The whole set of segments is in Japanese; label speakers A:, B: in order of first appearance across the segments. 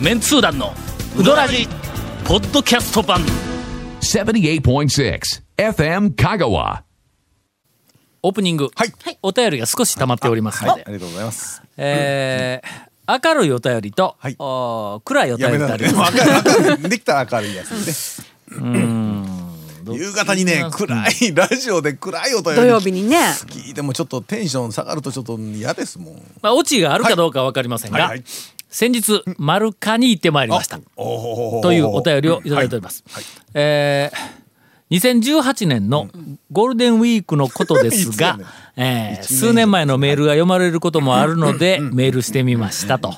A: メンツー団のウドラジポッドキャスト版
B: 78.6 FM Kagawa.
A: オープニング、
C: はい
A: お便りが少し溜まっておりますので、
C: ありがとうございます。
A: えー明るいお便りと、
C: はい
A: おー暗いお
C: や
A: 便りと
C: めな
A: あ
C: ん
A: り
C: で。
A: ま
C: 明
A: す
C: るいできたら明るいやつね。夕方にね、暗い、ラジオで暗いお便り
D: 土曜日にね
C: 聞いてもちょっとテンション下がるとちょっと嫌ですもん。
A: まあ、オチがあるかどうかは分かりませんが、
C: はいはい
A: 先日マルカに行ってまいりましたというお便りをいただいております、えー2018年のゴールデンウィークのことです が、えー数年前のメールが読まれることもあるのでメールしてみましたと、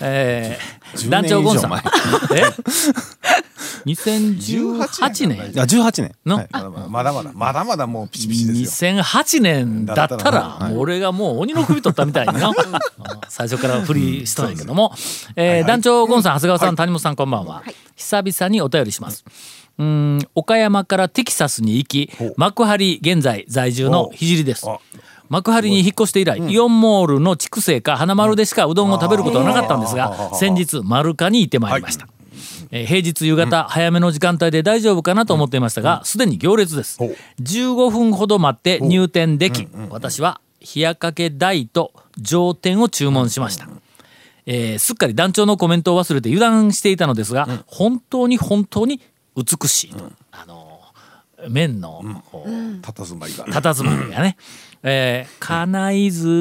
A: えー団長ゴンさんえ2018年
E: あ、18年。
A: の、
E: はい
C: まだまだまだまだまだもうピチピチです
A: 2008年だった
C: だった
A: ら、もう俺がもう鬼の首取ったみたい な、最初から振りしたんやけども、えー団長、ゴンさん、長谷川さん、谷本さん、こんばんは。久々にお便りします。うーん、岡山からテキサスに行き、幕張現在在住のひじりです
C: おあ。
A: 幕張に引っ越して以来、イオンモールの畜生か花丸でしかうどんを食べることはなかったんですが、先日、丸カに行ってまいりました。えー平日夕方、早めの時間帯で大丈夫かなと思っていましたが、すでに行列です。15分ほど待って入店でき、私は冷やかけ大と上天を注文しました。えーすっかり団長のコメントを忘れて油断していたのですが、本当に本当に美しいと。あのー麺の、こう
C: ね。たたずまいが。
A: 佇まいがね、えー、金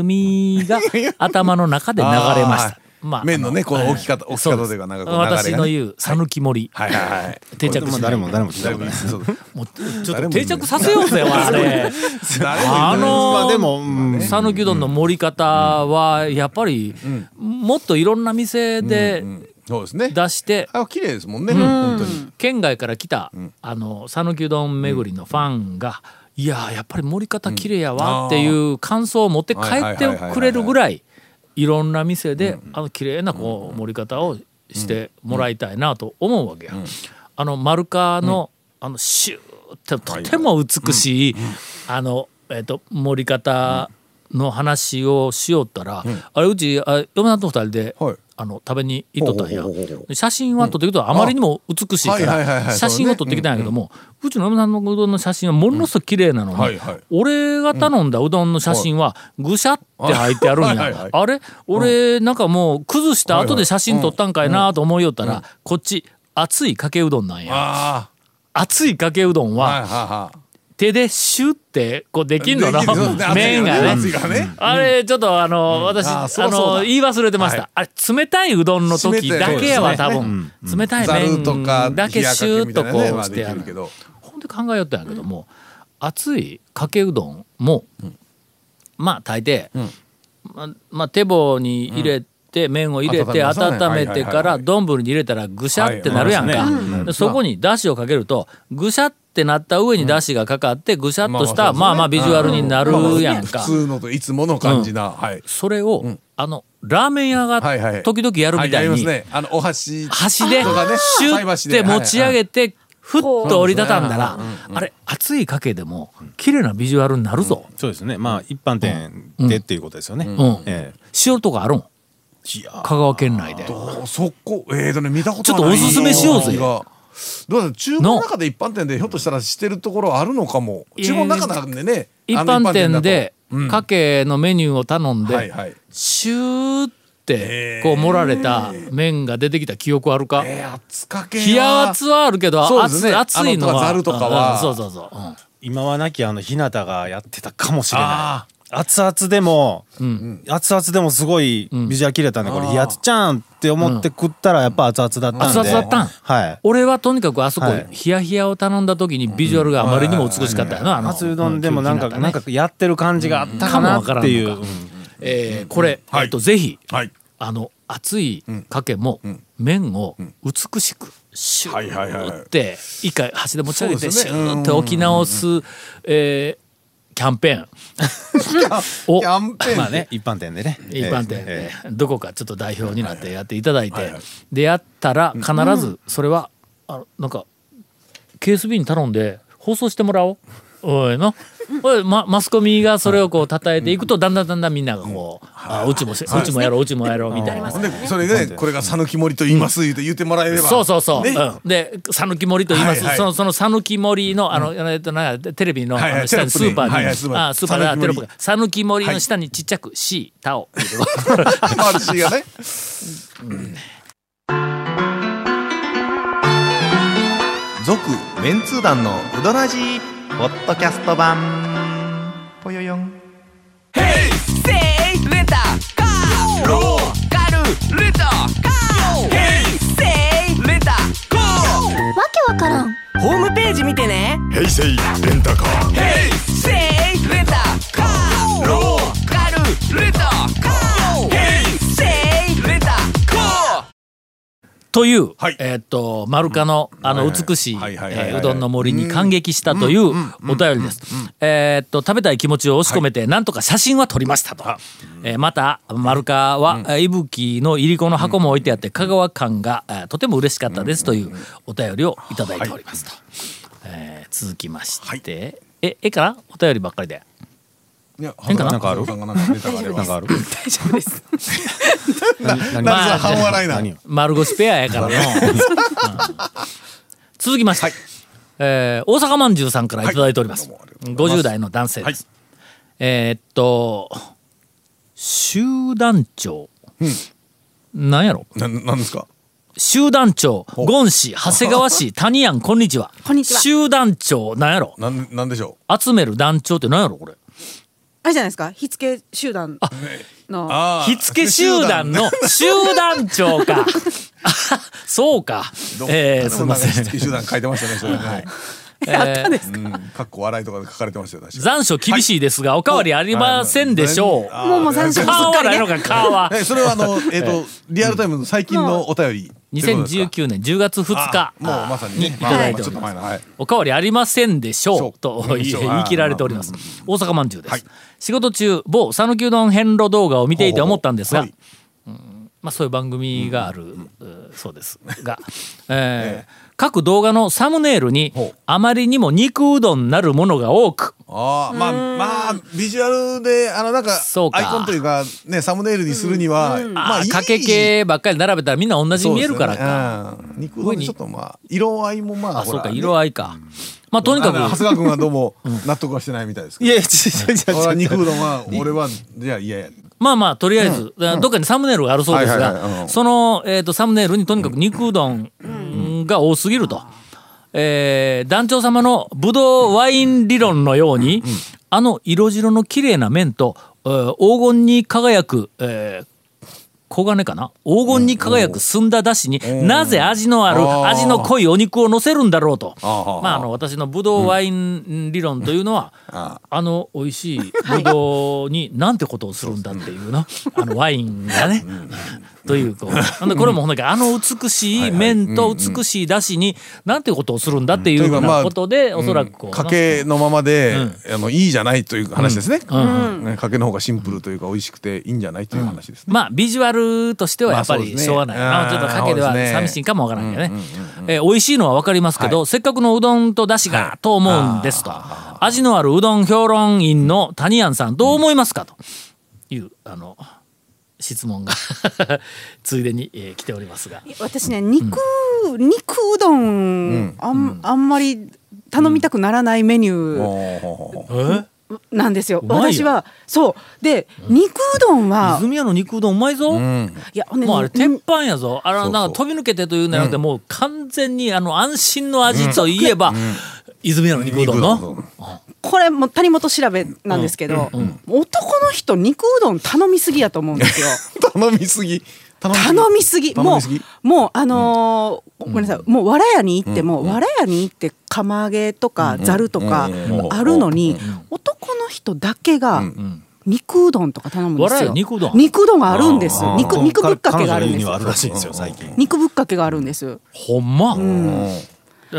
A: 泉が頭の中で流 れまし
C: あ
A: た。まあ、
C: 麺のね
A: あ
C: この置き方
A: えー
C: 置き方と
A: そです
C: いうかなんかこう流れがね
A: 私の言う、讃岐盛り、
C: はいはいはい。
A: 定着
E: でも
A: し
E: 誰も誰も聞いた
C: だい
E: こと
C: ぶ
E: ない。
C: そう
A: もうちょっ
C: 誰
A: と
C: も
A: 定着させようぜ、あ れ。
C: 誰も
A: あの
E: まあでも、うん
A: 讃岐うどんの盛り方は、やっぱり、もっといろんな店で
C: そうですね。
A: 出して、
C: あ綺麗ですもんね。本当に。
A: 県外から来た、あの、讃岐うどん巡りのファンが、いやーやっぱり盛り方綺麗やわっていう感想を持って帰ってくれるぐらい、いろんな店で、あの、綺麗なこう、盛り方をしてもらいたいなと思うわけや。あの、丸カの、あの、シューって、とても美しい、あの、えっと、盛り方の話をしよったら、あれ、うち、あ嫁さんと二人で
C: はい、
A: あの、食べに行っとったんや
C: ほうほうほうほ。
A: 写真は撮ってるけど、あまりにも美しいか
C: はいはいはいは
A: ら
C: い
A: 写真を撮ってきたんやけども、うちの嫁さんのうどんの写真はものすごく綺麗なのに、
C: んはいはい
A: 俺が頼んだうどんの写真はぐしゃって入ってあるんや、
C: はいはいはい
A: あれ俺なんかもう崩した後で写真撮ったんかいなと思いよったら、こっち熱いかけうどんなんや
C: あ
A: 熱いかけうどん
C: あはい
A: は
C: は
A: 手でシュってこうできんの
C: い
A: な
C: はい。
A: 麺がね
C: 熱いからね。
A: あれちょっとあの、私あ
C: あーそうだそう
A: の
C: だ
A: 言い忘れてました、
C: は
A: あれ冷たいうどんの時だけやわ、
C: 冷
A: 多
C: たい
A: 分、冷たい
C: ざると
A: 麺
C: か
A: だけ
C: 冷やか
A: シューッ
C: み
A: と
C: たいなね
A: こう
C: まあ
A: し
C: で
A: て
C: き
A: やる
C: るけど。
A: ほんで考えよったんやけども、熱いかけうどんも、まあ大抵、ままあ手棒に入れて、麺を入れて
C: 温めますね
A: 温めてか
C: はいはい
A: ら
C: はいはい
A: 丼に入れたらぐしゃってなるやんか、
C: はい
A: でそこにだしをかけるとぐしゃってなった上にだしがかかってぐしゃっとした、
C: うん
A: まあまあビジュアルになるやんか、
C: 普通のといつもの感じな。はい。
A: それを、あのラーメン屋
C: はいは
A: が
C: い
A: 時々やるみた
C: はいやります
A: に
C: ね。あのお箸。
A: 端で
C: とかね
A: シュ
C: 菜
A: ッ
C: 箸
A: て
C: で
A: 持ち上げてふっと折りたたんだら
C: そうで
A: あれ熱いかけでも綺麗なビジュアルになるぞ
E: そうですね。まあ、一般店でっていうことですよね。
A: ん
E: え
A: しよるとこあるん香川県内で
C: おそこえーとね見たことは
A: ちょっと
C: な
A: お
C: い
A: すすめしようぜ
C: がどうだろう中古の中で一般店でひょっとしたらしてるところあるのかも
A: えー
C: 中古の中なんでね
A: 一
C: あの
A: 般店
C: だと
A: でかけのメニューを頼ん
C: はい
A: で
C: はい
A: シューってこう盛られた麺が出てきた記憶あるか
C: えー熱かけ
A: 冷圧はあるけど
C: そうで
A: 熱
C: すね
A: 熱いのは
C: あのとかざるとかは
A: うんそうそうそううん
E: え今はなきあの、日向がやってたかもしれ
C: あ
E: ない。熱々でも、熱々でもすごいビジュアル切れたんで、これ、やつちゃんって思って食ったら、やっぱ熱々だったん
A: 熱
E: で。
A: 々だったん
E: はい。
A: 俺はとにかくあそこ、
E: はい
A: ヒヤヒヤを頼んだ時にビジュアルがあまりにも美しかったよな、あの
E: 熱うどんでもなんか、
A: うん
E: なんかやってる感じがあったかなっ
A: か
E: ていう。
A: もわからんの
E: う
A: か
E: ん
A: えーこれ、
C: はい
A: えっと、ぜひ、
C: はい
A: あの熱いかけも、麺を美しくシューって一回箸で持ち上げ
C: そう
A: て
C: です
A: シ
C: ね
A: ューって置き直す、えーキャンペーンを
C: キャンペーン
E: まあね、一般店でね。
A: 一般店
E: ええ
A: でどこかちょっと代表になってやっていただいてでやったら必ずそれはあのなんか KSB に頼んで放送してもらおうおい の。これま、マスコミがそれをこう称えていくとだんだんだんだんみんながこう「あうちもせうちもやろううちもやろう」みたいな。
C: ほんでそれで、ね、これが讃岐森と言います言うて言ってもらえれば
A: そうそうそう。
C: ね
A: うん、で讃岐森と言います、
C: はいはい
A: そのその讃岐森のあの、えっとなんかテレビの,、
C: はいはい
A: あの下にス
C: テロッ
A: ー
C: プ
A: パー
C: に
A: に、
C: はいはいスーパー
A: あスーパーだ
C: 讃岐
A: テ
C: 森
A: ロップが讃岐森の下にちっちゃく「C」「タオ」
C: マルシーがね
D: 続メンツー団のウドラジーポッドキャスト版ぽよよん
F: せいレンタカーローカルレンタカーヘイセイレンタカー
G: わけわからん
F: ホームページ見てねヘイセイレンタカーヘイセイレンタカーローカルレンタカーヘイセイレンタカー
A: という、
C: はい
A: えーっと、マルカの、あの、美しい、
C: はい
A: え
C: はいはいはい
A: ーうどんの森に感激したというお便りです。えーっと、食べたい気持ちを押し込めて、なんとか写真は撮りましたと。えーまた、マルカは、えー息吹のいりこの箱も置いてあって、香川感が、えーとても嬉しかったですというお便りをいただいておりますと。えー続きまして、え、ええかなお便りばっかりで。
C: いや
A: 変かな
C: なんかあるなんか ネタがあれば
E: なんかある
F: 大丈夫です
E: 何
C: なんか半笑いな
E: 何よ
A: 丸腰ペアやからの。う ん続きまして、えー大阪まんじゅうさんからいただいております。
C: はいどうもありがとうございま
A: 50代の
C: す
A: 男性です。えーっと、集団長。なんやろ
C: ななんですか
A: 集団長、ゴン氏、長谷川 氏、谷庵、こんにちは。
H: こんにちは
A: 集団長、なんやろ
C: なんなんでしょ
A: 集める団長ってなんやろこれ。
H: あれじゃないですか火付け集団の
C: うあー
A: 火付け集団の集団長 か。あそうか
C: ど。
A: えー、すいません
C: 火。付け集団書いてましたねそれね
A: えー
C: うんかっこ笑いとかで書かれてましたよ確か
A: 残暑厳しいですが、おかわりありませんでしょう。
H: もうもう残暑もす
A: 顔は
H: っか
A: な
H: り
A: いの
H: ね
A: か、顔は。
C: えそれは あのえっとリアルタイムの最近のお便り
A: 2019年10月2日
C: あもうまさに
A: に
C: ね
A: いた
C: まあま
A: だい
C: あまあ
A: てお
C: ちょ
A: り
C: っ
A: ます
C: と前。のはい
A: おかわりありませんでし
C: そ
A: ょ
C: う
A: うと言い
C: そう
A: 言い切られております
C: あ。
A: 大阪まんじゅうで
C: はい
A: す。仕事中、某讃岐うどん遍路動画を見ていて思ったんですが
C: ほうほ、
A: まあそういう番組があるうそうです が、えー各動画のサムネイルに
C: ほう
A: あまりにも肉うどんなるものが多く、
C: ああまあまあビジュアルであのなんか
A: そうか
C: アイコンというかねサムネイルにするにはま
A: あ
C: いい
A: ーかけ系ばっかり並べたらみんな同じに見えるからか。
C: か肉丼にちょっとまあ色合いもまあ
A: あ、そうか、
C: ほらね
A: 色合いか。まあ、とにかく、
C: あの長谷川君はどうも納得はしてないみたいですけ
E: い
C: ど
E: やいやいや
C: 俺
E: いや
C: はい
E: や
C: 肉うどんは俺はじゃあいやいや
A: まあまあ、とりあえず、だからどっかにサムネイルがあるそうです
C: はいはいはい
A: が、
C: うん
A: その、えっと、サムネイルにとにかく肉うどんが多すぎると。えー団長様のブドウワイン理論のように、あの色白の綺麗な面と、えー黄金に輝く、えー黄金かな黄金に輝く澄んだだしになぜ味のある
C: あー
A: 味の濃いお肉を乗せるんだろうと
C: あー
A: まああの私のブドウワイン理論というのは、
C: あ
A: あの美味しいブドウになんてことをするんだっていう なあのワインがね。というこうなんでこれもほんだけあの美しい麺と美しいだしになんてことをするんだっていうようなことでおそらくこう
C: かけのままで、あのいいじゃないという話ですね、ねかけの方がシンプルというか美味しくていいんじゃないという話ですね、
A: まあビジュアルとしてはやっぱりしょうがない、
C: まあ
A: あ
C: そう
A: の
C: です
A: ちょ
C: ね
A: っとかけで
C: あ
A: は
C: ーそうですね
A: 寂しいかもわからんけどね、えー美味しいのはわかりますけど、せっかくのうどんと出汁が、と思うんですと味のあるうどん評論員の谷庵さんどう思いますかというあの質問が ついでに、えー来ておりますが
H: 私ね肉、肉うどんあん,、あんまり頼みたくならないメニュ
C: ほうほうほうほう
H: ーなんですよ、
A: うまいよ
H: 私はそうで肉うどんは、
A: 泉屋の肉うどんうまいぞ、
H: いやほんで
A: もうあれ
H: うん
A: 鉄板やぞあのなんか飛び抜けてというんじゃなくて、もう完全にあの安心の味といえば、泉屋の肉うどんの。
C: 肉うどん
H: これも谷本調べなんですけど、男の人肉うどん頼みすぎやと思うんですよ
C: 頼みすぎ頼
H: 頼みすぎ
C: 頼
H: も
C: みすぎ
H: うもうあのーごめんなさいもうわら屋に行っても、わら屋に行って釜揚げとかざるとか
C: うん
H: あるのに、男の人だけが肉うどんとか頼むんです
A: わらや
H: よ
A: 肉うどん
H: 肉うどんがあるんです肉肉ぶっかけがあるん
E: 彼女の家
H: です
E: にはあるらしいんですよ最近
H: 肉ぶっかけがあるんです
A: ほんま、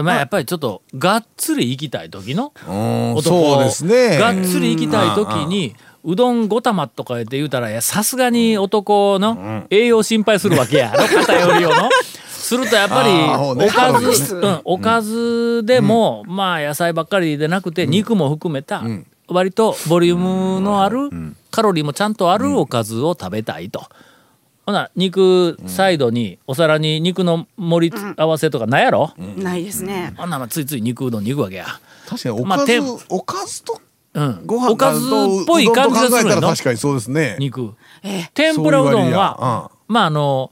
A: まあやっぱりちょっとがっつり行きたい時の
C: うん
A: 男
C: そうですね
A: がっつり行きたい時にうどん5玉とか言 って言うたらいやさすがに男の栄養心配するわけやろ偏りをの。するとやっぱり
C: あーほうね
A: おか
H: タンパク
A: ず、
H: 質
A: うん、おかずでも、まあ野菜ばっかりでなくて肉も含めた、割とボリュームのある、カロリーもちゃんとあるおかずを食べたいと。ほな肉サイドにお皿に肉の盛り合わせとかなんやろ、
H: ないですね。
A: ほんならついつい肉うどんに行くわけや。
C: 確かにお
A: まあ
C: かず、
A: 天
C: おかずと
A: うん、
C: ご飯
A: おかずっぽい感じがする
C: うどんと考
A: の
C: えたら確かにそうですね。
A: 肉天ぷらうどんはまああの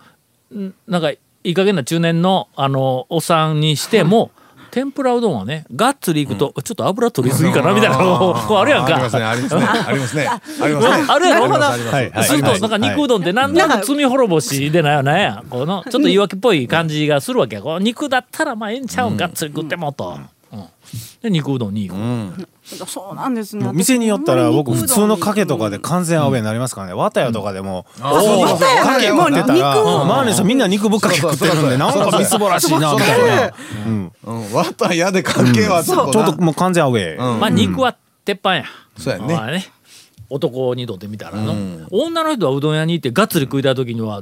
A: んなんかいい加減な中年のあのおっさんにしても天ぷらうどんはねがっつりいくと、ちょっと油取りすぎかなみたいなのこう あるやん
C: ありま
A: か
C: すね、ありま すね、ありますね。ありますね。
A: あるやろ
C: ありますあります
E: はいはい
A: するとなんか肉うどんってなんとなく罪滅ぼしでないよなんやこのちょっと言い訳っぽい感じがするわけやこう肉だったらまあええんちゃうん、がっつり食ってもと、うん、で肉うどんに行く、
H: そうなんですね。
E: 店によったら僕普通のかけとかで完全アウェーになりますからね綿屋とかでも
H: またや
E: かけ
H: もう
E: 食ってたら
H: 肉
E: 周りの人みんな肉ぶっかけ食ってるんでなんかみすぼらしいなみたいな
C: うん、わたやで関係はちょっ
E: ち
C: と
E: ょ
C: な
E: っともう完全アウェー
A: まあ肉は鉄板や、
C: そうやね
A: まあね男にとってみたらの、女の人はうどん屋に行ってがっつり食いたい時には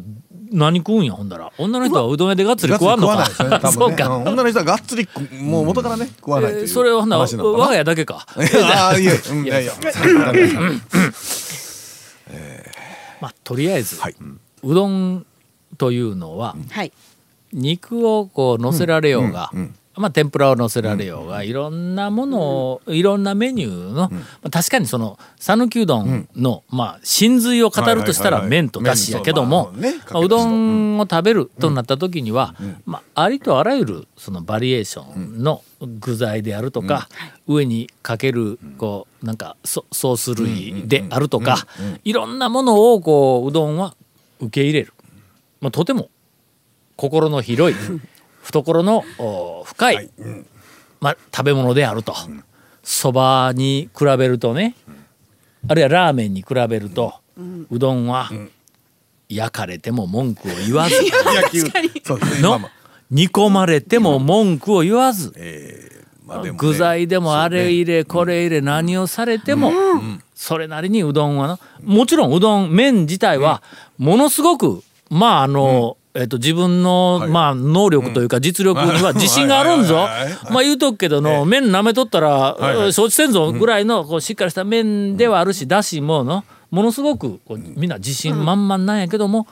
A: 何食うんやほんだら女の人はうどん屋でがっつり食わんの
C: が
A: か
C: っつり食わないで すね。
A: そう
C: 多
A: か、
C: 分ねん女の人はがっつりく、もう元からね、食わないとい
A: えー
C: う。
A: それはほんなら
C: 話なの
A: 我
C: かな
A: が家だけか
C: ああ、いや、うん、いやいや。
A: まあとりあえず、
C: はいう
A: どんというのは
H: はい。
A: 肉をこう乗せられようが、まあ、天ぷらを乗せられようが、いろんなものを、いろんなメニューの、まあ、確かにその讃岐うどんの、まあ、真髄を語るとしたら
C: はいはいはいはい
A: 麺とだしやけども、
C: 麺とまあね
A: まあうどんを食べるとなった時には、まあ、ありとあらゆるそのバリエーションの具材であるとか、上にかけるこうなんかソソース類であるとか、いろんなものをこううどんは受け入れる。まあ、とても心の広い懐のお深い、まあ、食べ物であるとそば、に比べるとね、あるいはラーメンに比べると、うどんは、焼かれても文句を言わず
C: 野球。そうですね。
A: の
C: 今も
A: 煮込まれても文句を言わず、
C: まあでもね
A: 具材でもあれ入れこれ入れ何をされてもそれなりにうどんはなもちろんうどん麺自体はものすごくまああの、えっと、自分の、まあ、能力というか実力には自信があるんぞ
C: はいはいはいは。
A: まあ言うとくけどの、麺舐めとった
C: いは
A: ら
C: い
A: 承知せんぞぐらいのこうしっかりした麺ではあるしだしものものすごくこうみんな自信満々なんやけども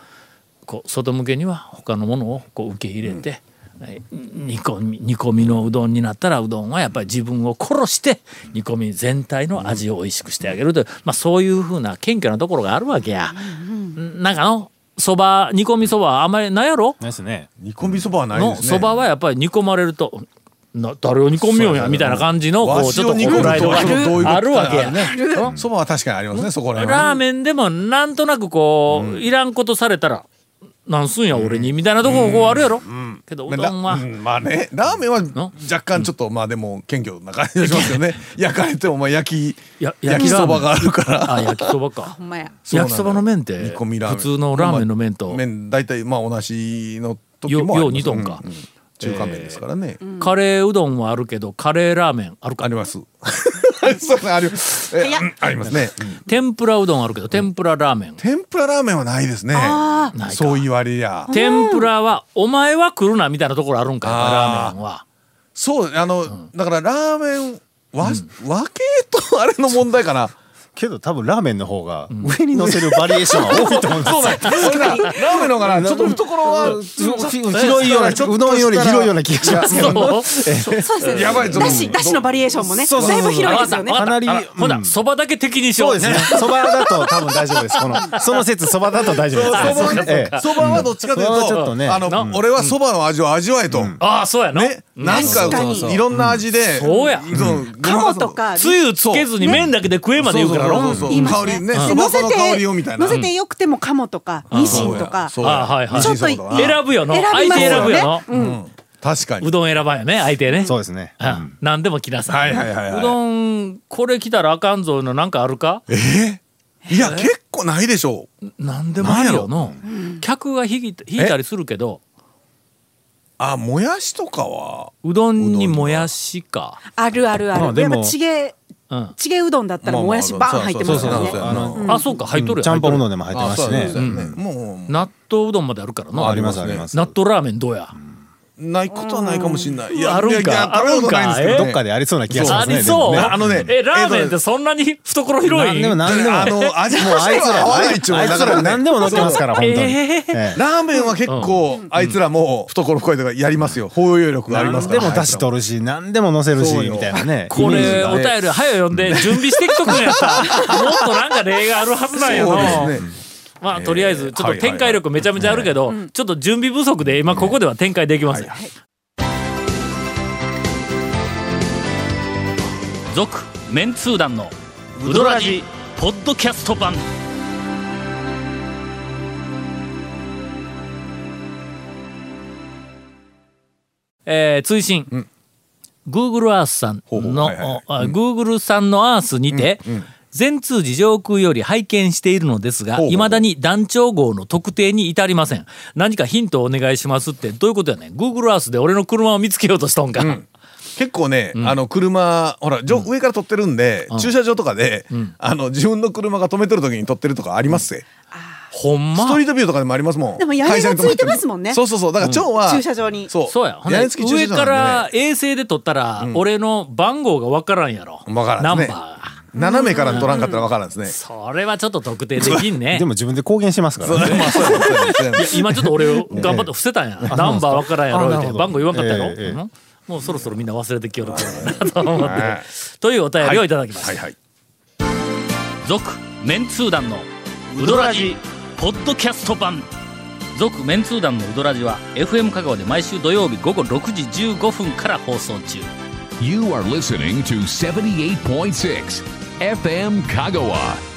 A: こう外向けには他のものをこう受け入れて、え煮込み煮込みのうどんになったらうどんはやっぱり自分を殺して煮込み全体の味を美味しくしてあげるという、まあ、そういうふうな謙虚なところがあるわけや。なんかのそば煮込みそばはあんまりないやろ
E: ですね
C: 煮込みそばはないで
A: の
C: すね。
A: そばはやっぱり煮込まれるとな誰を煮込みようやみたいな感じのこ
C: わ
A: う
C: し
A: ちょっ
C: を
A: とこ
C: 煮込む
A: う
C: と
A: ライドが
C: どういうことか
A: あるわけや。
C: ね。そばは確かにありますね、そこら辺
A: ラー
C: はね。
A: メンでもなんとなくこう、いらんことされたらなんすんや俺にみたいなとここうあるやろ、けどうどんは、
C: ラうんまあねラーメンは
A: の
C: 若干ちょっとまあでも謙虚な感じがします よね焼かれてもまあ焼き
A: や
C: 焼き
A: ラーメ
C: そ
A: ン
C: ばがあるから
A: あ焼きそばか
H: ほんまや。
C: そうな
A: 焼
C: ん
A: き
C: だ
A: そばの麺って
C: 煮込みラーメン
A: 普通のラーメンの麺と
C: まあ麺大体まあ同じの時
A: よ
C: もあります
A: よう煮とんか
C: うう中華麺ですからね、
A: カレーうどんはあるけどカレーラーメンある
C: あ
A: か
C: ります そうねありますえ
H: 早っ
C: うんありますね、うん
A: 天ぷらうどんあるけど天ぷらラーメン
C: 天ぷらラーメンはないですね
A: ないか
C: そう言われりゃ
A: 天ぷらはお前は来るなみたいなところあるんかやっぱラ
C: あー
A: ーメンは
C: そうあの、だからラーメンわ、和系とあれの問題かな
E: けど多分ラーメンの方が上に乗せるバリエーションは多いと思うんです
C: そ
E: よ
C: うだラーメンの方がなちょっと懐は
E: 広いようなうどんより広いような気がしますけど
A: そう
H: そうですね。
C: やばいちょっと
H: だし、だしのバリエーションもね、
E: そうそうそう
H: だいぶ広いですよね
A: わ。かった
E: かなり
A: あらほな
E: うん
A: そばだけ敵にしよ
E: そう
A: う
E: ですね。そばだと多分大丈夫です。このその説そばだと大丈夫です。
C: そばね
E: ええ
C: そばはどっちかという
E: そば
C: と
E: はちょっとね
C: あの、
A: うん
C: 俺はそばの味を味わえと、
A: ああそうやな
C: ね、なんか
H: 確かに
C: いろんな味で、
A: うんそうや
C: そう
H: 鴨とか。
A: つゆつけずに麺だけで食えまで言うから
C: そ
A: ろ
C: うそうそう
H: 言います
C: 香りね
H: で
C: そば粉の香りをみたいな
H: 乗せてよくても鴨とか、ニシンとか。
C: そうや
A: あはいはい
C: ニシンそば
H: ちょっと
C: だな
A: 選ぶよの
H: 選
A: 相
H: びま
A: 手
H: す
A: 選
H: よ
A: ぶ
H: ね
A: よの
C: うん確かに
A: うどん選ばんよね相手ね
E: そうですね。
A: うん何でも来なさ
C: はいはいはいはいう
A: どんこれ来たらあかんぞいうのなんかあるか
C: えーいや結構ないでしょう
A: 何でもあるよの客が引いた引いたりするけど
C: あもやしとかは
A: うどんにもやしか
H: あるあるあ
E: まあ
H: る。
E: で
H: やっ
E: も
H: ぱチゲ、
A: うん
H: チゲうどんだったらもやしバーン入ってますよ
C: そう
H: ね
C: そうそう。そうやな
A: あそうか入っとるよ
E: ちゃんぽんうど
A: 入っとる
E: んでも入って
C: あ
E: ます
C: そ
E: し
C: うやね
E: ね
C: そ。うやねもう
A: 納豆うどんまであるからの
E: ありますあります。
A: 納豆ラーメンどうや
C: ないことはないかもしれない。いや
A: あるんか
C: いや
A: あるんか
C: 食べたことないですけ
A: え
C: ど
E: どっかでありそうな気がしま
A: あ
E: すね
A: りそう
E: でもね
C: あのね
A: えラーメンってそんなに 懐広
E: 何
A: い
E: でも何でも
C: あの 味も
E: あいつら
C: 合わない
E: あ
C: っ
E: い
C: ち
E: つ
C: ゅうもんだから
E: ら
C: ね
E: 何でも乗ってますから本当にええ
C: ラーメンは結構、あいつらも懐声とかやりますよ包容力があります
E: 何
C: から
E: でも出し取るし何でも乗せるし
C: そうよ
E: みたいなね
A: こ
E: イメージ
A: れ
E: が
A: お便り早読んで準備してきとくんやった らもっとなんか例があるはずなんや
C: そう
A: の、
C: ですね
A: まあとりあえずちょっと展開力めちゃめちゃあるけど、ちょっと準備不足で今ここでは展開できません続、メンツー団のウドラジポッドキャスト版えー、追伸、Google Earth さん
C: ほう
A: の、
C: はいはい
A: あ Google さんの Earth にて、全通寺上空より拝見しているのですが、
C: ほうほう
A: いまだに団長号の特定に至りません。何かヒントをお願いしますって、どういうことやねん。Google Earth で俺の車を見つけようとしとんか。
C: 結構ね、あの車ほら、上上から撮ってるんで、駐車場とかで、あの自分の車が止めてる時に撮ってるとかありますぜ、
A: ほんま。
C: ストリートビューとかでもありますもん
H: でも屋根
C: 会社に止まってる
H: がついてますもんね
C: そうそうそうだから蝶は、
H: 駐車場に
C: そう
A: そうや。ほんで
C: 屋根付き駐
A: 上
C: 車場
A: か
C: なん
A: ら
C: でね
A: 衛星で撮ったら、俺の番号がわからんやろ。
C: わからんね
A: ナンバーが。
C: 斜めから撮らんかったらわからんですね、
A: それはちょっと特定できん ね
E: で。も自分で公言してますからね
C: まあそうやねそうやね
A: 今ちょっと俺を頑張って伏せたんや。ナンバーわからんやろ。言うて番号言わんかったやろ。
E: ええええ
A: うんもうそろそろみんな忘れてきよるからなと思って。というお便りをいただきました
C: はい。はい
A: 続メンツー団のウドラジポッドキャスト版続メンツー団のウドラジは FM 香川で毎週土曜日午後6時15分から放送中
B: You are listening to 78.6 FM Kagawa.